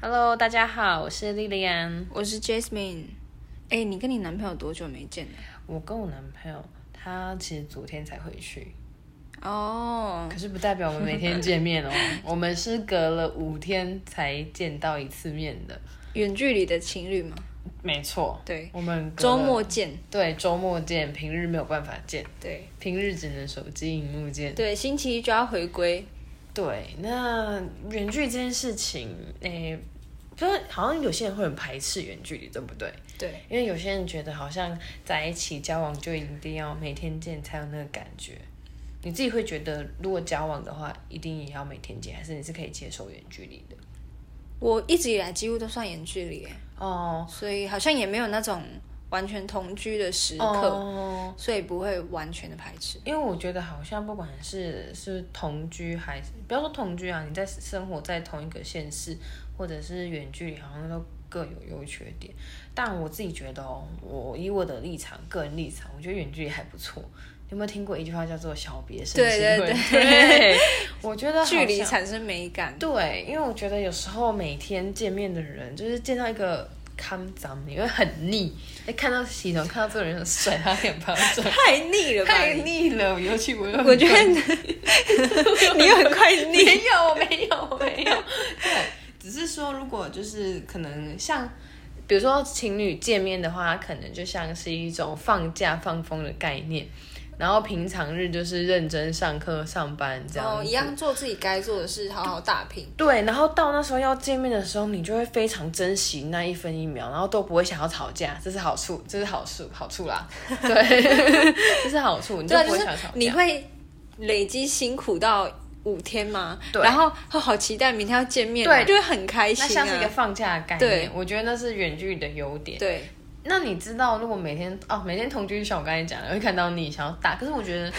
Hello，大家好，我是莉莉安。我是 Jasmine。哎、你跟你男朋友多久没见了？我跟我男朋友，他其实昨天才回去，哦、可是不代表我们每天见面哦，我们是隔了五天才见到一次面的。远距离的情侣嘛，没错，对，我们隔周了末见，对周末见，平日没有办法见，对平日只能手机荧幕见。对，星期一就要回归，对，那远距这件事情，诶、就是好像有些人会很排斥远距离，对不对？对因为有些人觉得好像在一起交往就一定要每天见才有那个感觉。你自己会觉得，如果交往的话，一定也要每天见，还是你是可以接受远距离的？我一直以来几乎都算远距离耶，哦，所以好像也没有那种完全同居的时刻，哦，所以不会完全的排斥。因为我觉得好像不管是是同居还是不要说同居啊，你在生活在同一个县市或者是远距离，好像都各有优缺点。但我自己觉得哦，我以我的立场，个人立场，我觉得远距离还不错。你有没有听过一句话叫做“小别胜对新对婚”？对我觉得好 距离像产生美感，，对，因为我觉得有时候每天见面的人，就是见到一个康脏，你会很腻。哎，看到洗头，看到这个人就甩他脸巴掌太腻了吧？太腻了。尤其我又 我觉得 你又很快腻，没有，我没有，我没有。对， 只是说如果就是可能像。比如说情侣见面的话，可能就像是一种放假放风的概念，然后平常日就是认真上课、上班这样 哦，子一样做自己该做的事，好好打拼。对，然后到那时候要见面的时候，你就会非常珍惜那一分一秒，然后都不会想要吵架，这是好处，这是好处，好处 啦。对，这是好处，你就对啊，不就会是想要吵架。你会累积辛苦到五天嘛，对然后哦好期待明天要见面哦，对就会很开那心像是一个啊。放假的概对念，我觉得那是远距离的优点。对，那你知道，如果每天哦，每天同居，像我刚才讲的，会看到你想要打，可是我觉得，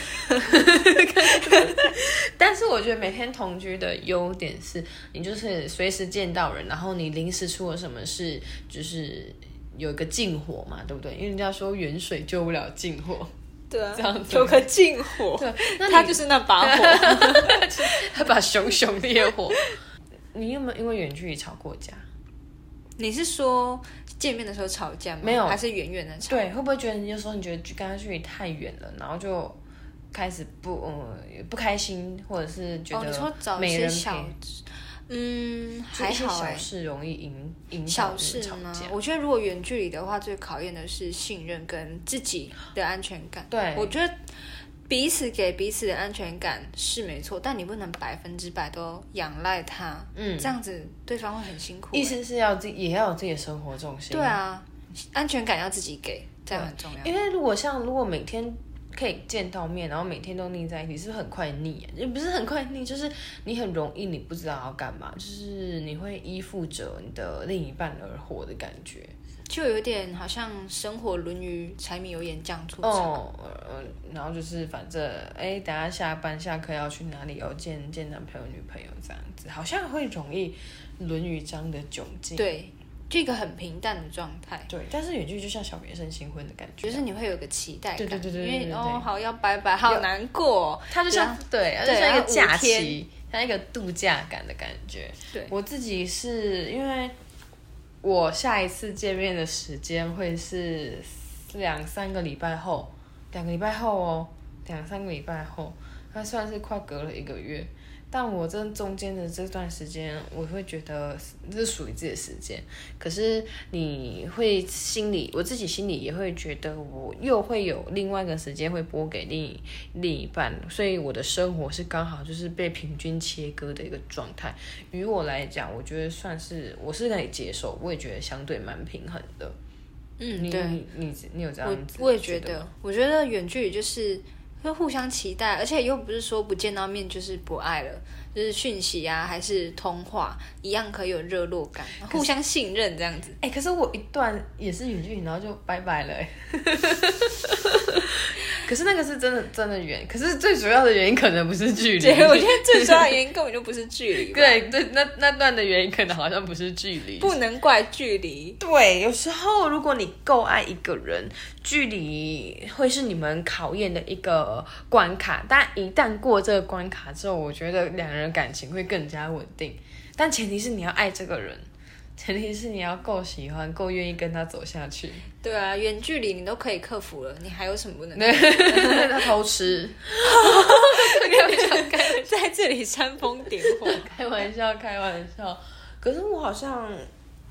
但是我觉得每天同居的优点是，你就是随时见到人，然后你临时出了什么事，就是有一个近火嘛，对不对？因为人家说远水救不了近火， 对啊这样子有个近火，对，那他你就是那把火。他把熊熊烈火。 你有没有因为远距离吵过架？ 你是说见面的时候吵架吗？没有还是远远的吵？对，会不会觉得你有时候你觉得跟他距离太远了，然后就开始不嗯不开心，或者是觉哦，你说得找一没些人小陪，，嗯，就还一些好小哎。事容易引引导小你们事吵吗架？。我觉得如果远距离的话，最考验的是信任跟自己的安全感。对我觉得彼此给彼此的安全感是没错，但你不能百分之百都仰赖他，嗯，这样子对方会很辛苦欸、意思是要自己也要有自己的生活重心。对啊，安全感要自己给，这样很重要。因为如果像如果每天可以见到面，然后每天都腻在一起，是不是很快腻、啊？也不是很快腻，就是你很容易你不知道要干嘛，就是你会依附着你的另一半而活的感觉。就有点好像生活沦于柴米油盐酱醋茶。哦，呃，然后就是反正哎，等下下班下课要去哪里哦，见见男朋友女朋友这样子，好像会容易沦于这样的窘境。对，就一个很平淡的状态。对，但是远距就像小别胜新婚的感觉，就是你会有个期待感，对对对对对对因为对哦好要拜拜，好难过哦、它就像对，它就对像一然个后五假天期，像一个度假感的感觉。对我自己是因为我下一次见面的时间会是两三个礼拜后，两个礼拜后哦，两三个礼拜后，它算是快隔了一个月。但我这中间的这段时间，我会觉得这是属于自己的时间。可是你会心里，我自己心里也会觉得，我又会有另外一个时间会拨给另一另一半，所以我的生活是刚好就是被平均切割的一个状态。于我来讲，我觉得算是我是可以接受，我也觉得相对蛮平衡的。嗯，你对，你你你有这样我子我也觉吗得，我觉得远距离就是会互相期待，而且又不是说不见到面就是不爱了，就是讯息啊还是通话一样可以有热络感，互相信任这 样子。哎、可是我一段也是远距离，然后就拜拜 了、欸。可是那个是真的真的远，可是最主要的原因可能不是距离。，对，我觉得最主要的原因根本就不是距离吧， 对对，那那段的原因可能好像不是距离。不能怪距离。对，有时候如果你够爱一个人，距离会是你们考验的一个关卡。但一旦过这个关卡之后，我觉得两人感情会更加稳定。但前提是你要爱这个人，前提是你要够喜欢，够愿意跟他走下去。 对啊，远距离你都可以克服了，你还有什么不 能？他偷吃，在这里煽风点火， 开玩笑，开玩笑。可是我好像，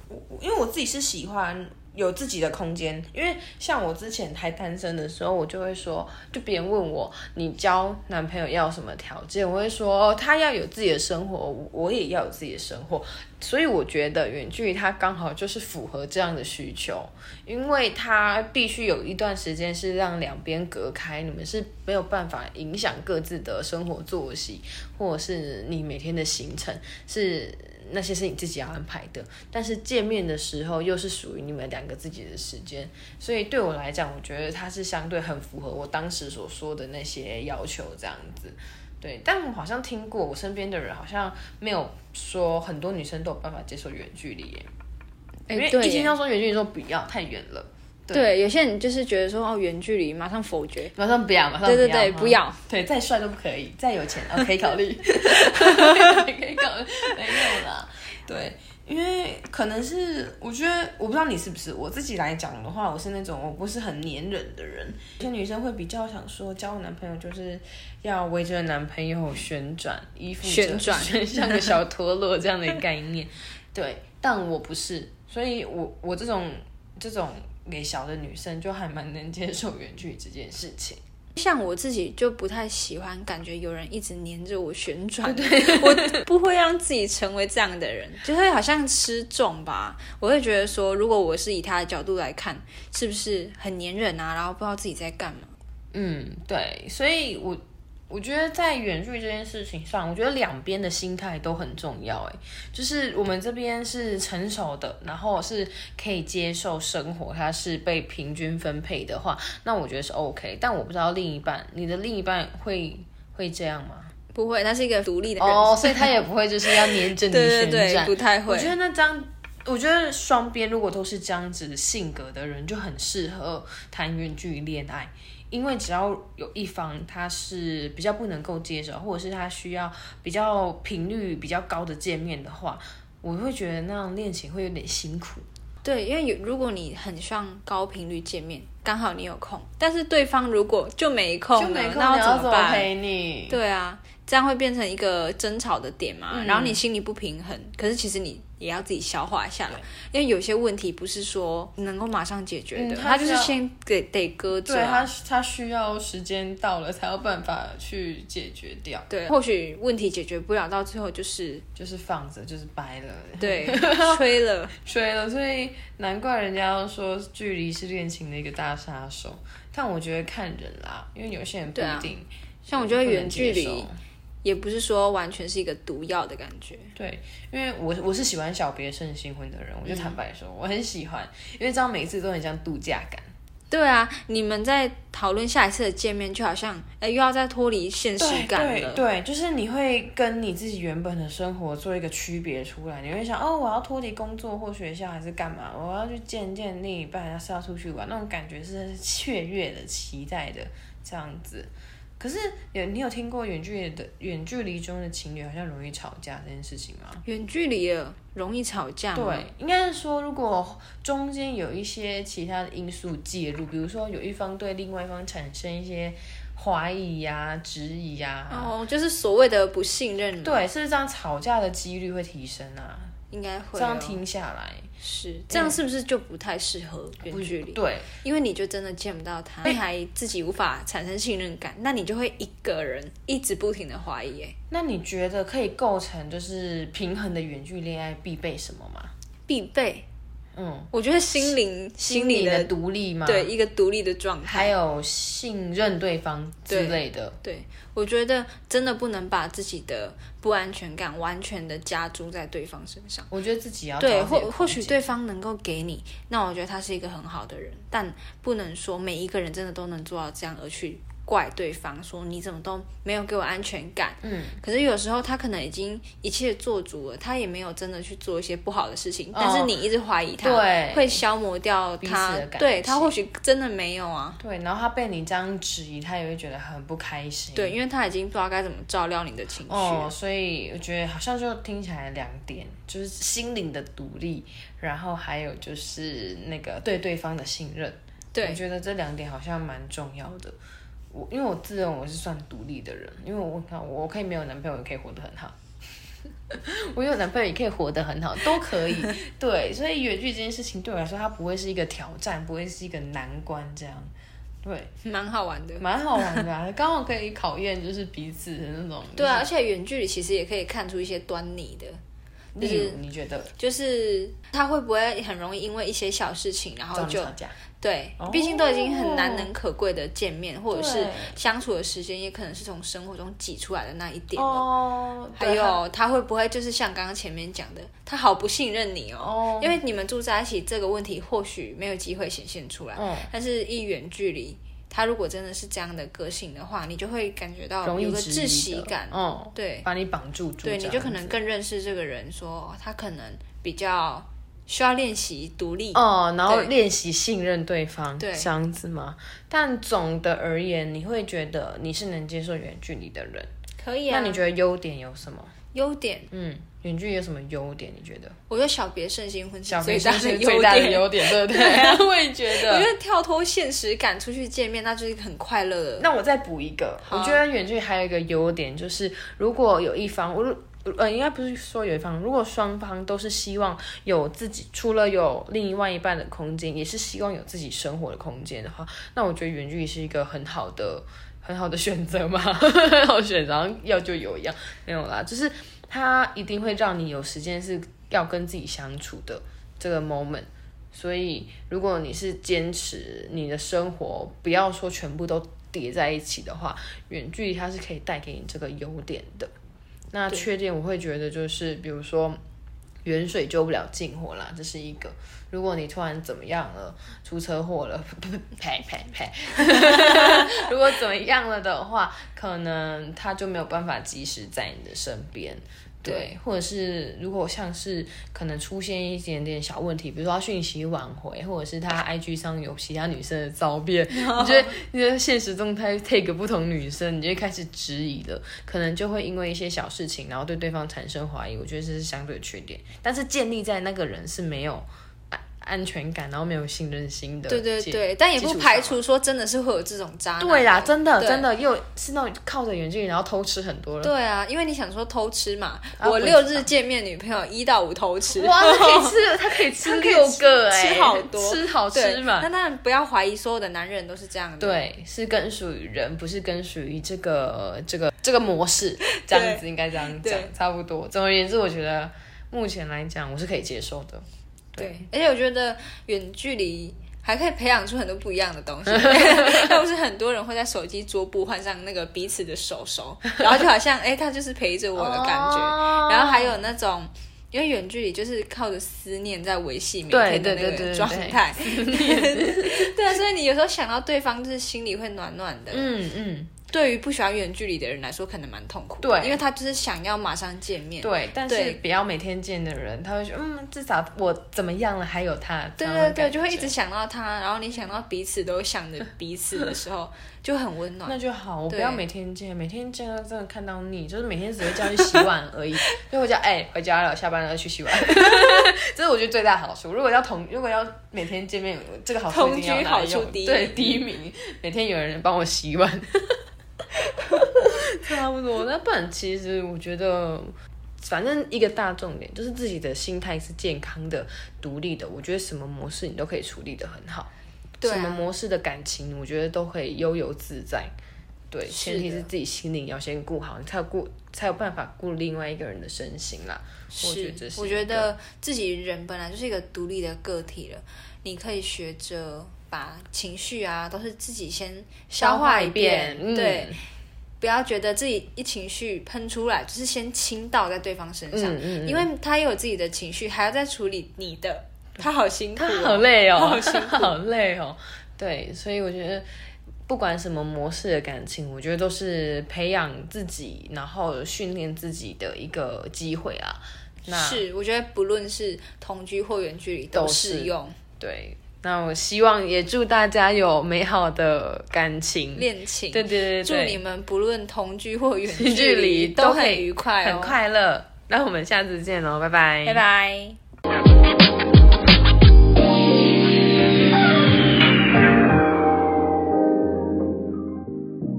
我我因为我自己是喜欢有自己的空间，因为像我之前还单身的时候，我就会说，就别人问我你交男朋友要什么条件，我会说、哦他要有自己的生活，我我也要有自己的生活，所以我觉得远距离他刚好就是符合这样的需求，因为他必须有一段时间是让两边隔开，你们是没有办法影响各自的生活作息，或者是你每天的行程是那些是你自己要安排的，但是见面的时候又是属于你们两个自己的时间，所以对我来讲，我觉得它是相对很符合我当时所说的那些要求这样子。对，但我好像听过，我身边的人好像没有说很多女生都有办法接受远距离耶，哎因为一听到说远距离说不要太远了，对，有些人就是觉得说哦，远距离马上否决，马上不要，马上对对对，哈不要，对，再帅都不可以，再有钱哦可以考 虑。 可以搞没有啦。对，因为可能是我觉得，我不知道你是不是我自己来讲的话，我是那种我不是很黏人的人。有些女生会比较想说，交男朋友就是要围着男朋友旋转，依附着旋转像个 小陀螺这样的概念。对，但我不是，所以我我这种这种给小的女生就还蛮能接受远距离这件事情。像我自己就不太喜欢，感觉有人一直黏着我旋转， 我不会让自己成为这样的人，就会好像失重吧。我会觉得说，如果我是以他的角度来看，是不是很黏人啊？然后不知道自己在干嘛。嗯，对，对，所以我我觉得在远距这件事情上，我觉得两边的心态都很重要。哎，就是我们这边是成熟的，然后是可以接受生活，它是被平均分配的话，那我觉得是 OK。但我不知道另一半，你的另一半会会这样吗？不会，他是一个独立的人，哦， 所以他也不会就是要黏着你对对旋对，转。不太我会觉。得那张，我觉得双边如果都是这样子性格的人，就很适合谈远距离恋爱，因为只要有一方他是比较不能够接受，或者是他需要比较频率比较高的见面的话，我会觉得那样恋情会有点辛苦。对，因为有如果你很希望高频率见面，刚好你有空，但是对方如果就没哦空了，那要么办？你？对啊，这样会变成一个争吵的点嘛，嗯然后你心里不平衡，可是其实你也要自己消化一下啦，因为有些问题不是说能够马上解决的，嗯它它就是是要先给得搁着对啊、他，他需要时间到了才有办法去解决掉，对，或许问题解决不了，到最后就是就是放着，就是掰了。对 吹了， 吹了，所以难怪人家都说距离是恋情的一个大杀手。但我觉得看人啦，因为有些人不对啊一定。像我觉得不能远距接离受也不是说完全是一个毒药的感觉，对，因为我我是喜欢小别胜新婚的人，嗯我就坦白说，我很喜欢，因为这样每次都很像度假感。对啊，你们在讨论下一次的见面，就好像哎又要再脱离现实感对对了，对，就是你会跟你自己原本的生活做一个区别出来，你会想哦，我要脱离工作或学校还是干嘛，我要去见见另一半，还是要出去玩，那种感觉是雀跃的、期待的这样子。可是有你有听过远距离的远距离中的情侣好像容易吵架这件事情吗？远距离了容易吵架嘛，对，应该是说，如果中间有一些其他的因素介入，比如说有一方对另外一方产生一些怀疑呀、质疑呀、哦，就是所谓的不信任嘛，对，是不是这样吵架的几率会提升啊？应该会、哦、这样听下来，是这样，是不是就不太适合远距离？对因为你就真的见不到他，你还自己无法产生信任感，那你就会一个人一直不停的怀疑，哎，那你觉得可以构成就是平衡的远距恋爱必备什么吗？必备。嗯，我觉得心灵心理的的独立吗？对，一个独立的状态，还有信任对方之对类的。对我觉得真的不能把自己的不安全感完全的加注在对方身上。我觉得自己要对，找自己的或或空许间对方能够给你，那我觉得他是一个很好的人，但不能说每一个人真的都能做到这样而去怪对方说你怎么都没有给我安全感。嗯，可是有时候他可能已经一切做足了，他也没有真的去做一些不好的事情，但是你一直怀疑他，对会消磨哦掉他彼此的，感对他情或许真的没有啊。对，然后他被你这样质疑，他也会觉得很不开心。对，因为他已经不知道该怎么照料你的情绪啊哦，所以我觉得好像就听起来两点，就是心灵的独立，然后还有就是那个对对方的信任。对我觉得这两点好像蛮重要的。我因为我自认我是算独立的人，因为我看我可以没有男朋友，也可以活得很好。 我有男朋友也可以活得很好，都可 以。对，所以远距这件事情对我来说，它不会是一个挑战，不会是一个难关，这样。对， 蛮好玩的。蛮好玩的、啊， 刚好可以考验就是彼此的那种。对啊，而且远距离其实也可以看出一些端倪的，例如，你觉得就是他会不会很容易因为一些小事情，然后找你就吵架？对哦，毕竟都已经很难能可贵的见面，或者是对相处的时间，也可能是从生活中挤出来的那一点了。哦，还有他会不会就是像刚刚前面讲的，他好不信任你哦，因为你们住在一起这个问题或许没有机会显现出来，嗯但是一远距离，他如果真的是这样的个性的话，你就会感觉到容易有个质疑的窒息感，嗯，对，把你绑住住，对，你就可能更认识这个人说，哦他可能比较需要练习独立，哦，然后对练习信任对方，对这样子吗？但总的而言，你会觉得你是能接受远距离的人。可以啊。那你觉得优点有什么？优点，嗯，远距离有什么优点？你觉得？我觉得小别胜新婚是小最飞大是的最大的点。啊优点，对不 对？我也觉我得觉。得跳脱现实感出去见面，那就是很快乐的。那我再补一个，我觉得远距离还有一个优点就是，如果有一方，我如呃，应该不是说有一方，如果双方都是希望有自己，除了有另外一半的空间，也是希望有自己生活的空间的话，那我觉得远距离是一个很好的、很好的选择嘛， 很好选择，然后要就有一样，没有啦，就是它一定会让你有时间是要跟自己相处的这个 moment。所以，如果你是坚持你的生活，不要说全部都叠在一起的话，远距离它是可以带给你这个优点的。那对缺点我会觉得就是，比如说远水救不了近火啦，这是一个。如果你突然怎么样了，出车祸了，呸呸呸， 如果怎么样了的话，可能他就没有办法及时在你的身边。对，或者是如果像是可能出现一点点小问题，比如说他讯息挽回，或者是他 IG 上有其他女生的照片，你觉得你的现实动态 take 不同女生，你就会开始质疑了，可能就会因为一些小事情，然后对对方产生怀疑。我觉得这是相对的缺点，但是建立在那个人是没有安安全感，然后没有信任心的对建。对对，但也基不础上排嘛除说真的是会有这种渣男。对啦，真的对真的又是那种靠着远距离，然后偷吃很多人。对啊，因为你想说偷吃嘛，啊我不六知日道见面女朋友一到五偷吃，哇，他可以 吃，他可以吃六个哎、吃好多吃好 对吃嘛那。当然不要怀疑所有的男人都是这样的。对，是跟属于人，不是跟属于这个这个这个模式，这样子应该这样讲对，差不多。总而言之，我觉得目前来讲，我是可以接受的。对，而且我觉得远距离还可以培养出很多不一样 的东西。要不是很多人会在手机桌布换上那个彼此的手手，然后就好像哎、他就是陪着我的感觉。哦然后还有那种，因为远距离就是靠着思念在维系每对天的那对对个对状态。 对啊，所以你有时候想到对方，就是心里会暖暖的。嗯嗯，对于不喜欢远距离的人来说，可能蛮痛苦的。对因为他就是想要马上见面。对，但是对不要每天见的人，他会觉得嗯，至少我怎么样了，还有他。这对样的对对，感就会一直觉。想到他，然后你想到彼此都想着彼此的时 候，就很温暖。那就好，我不对要每天见，每天见到真的看到腻，就是每天只会叫去洗碗 而已。就回家，哎、回家了，下班了去洗碗，这是我觉得最大的好处。如果要同，如果要每天见面，这个好处一定要拿来用同居好处第一对第一名，每天有人帮我洗 碗，差不多。那不然其实我觉得。反正一个大重点就是自己的心态是健康的、独立的。我觉得什么模式你都可以处理的很好，对啊什么模式的感情，我觉得都可以悠游自在。对，是前提的是自己心灵要先顾好，你才有顾才有办法顾另外一个人的身心啦。我觉是得这，是我一觉个得自己人本来就是一个独立的个体了，你可以学着把情绪啊，都是自己先消化一遍，嗯、对，，不要觉得自己一情绪喷出来，就是先倾倒在对方身上，嗯嗯嗯因为他也有自己的情绪，还要再处理你的，他好辛苦、他 哦，好累哦，他好辛苦好累哦。对，所以我觉得不管什么模式的感情，我觉得都是培养自己，然后训练自己的一个机会啊。那是，我觉得不论是同居或远距离都都是适用，对，那我希望也祝大家有美好的感情。恋情。对对对祝对，你们不论同居或 远近距离离都都很很愉快哦，很快乐。那我们下次见喽，拜拜，拜。拜。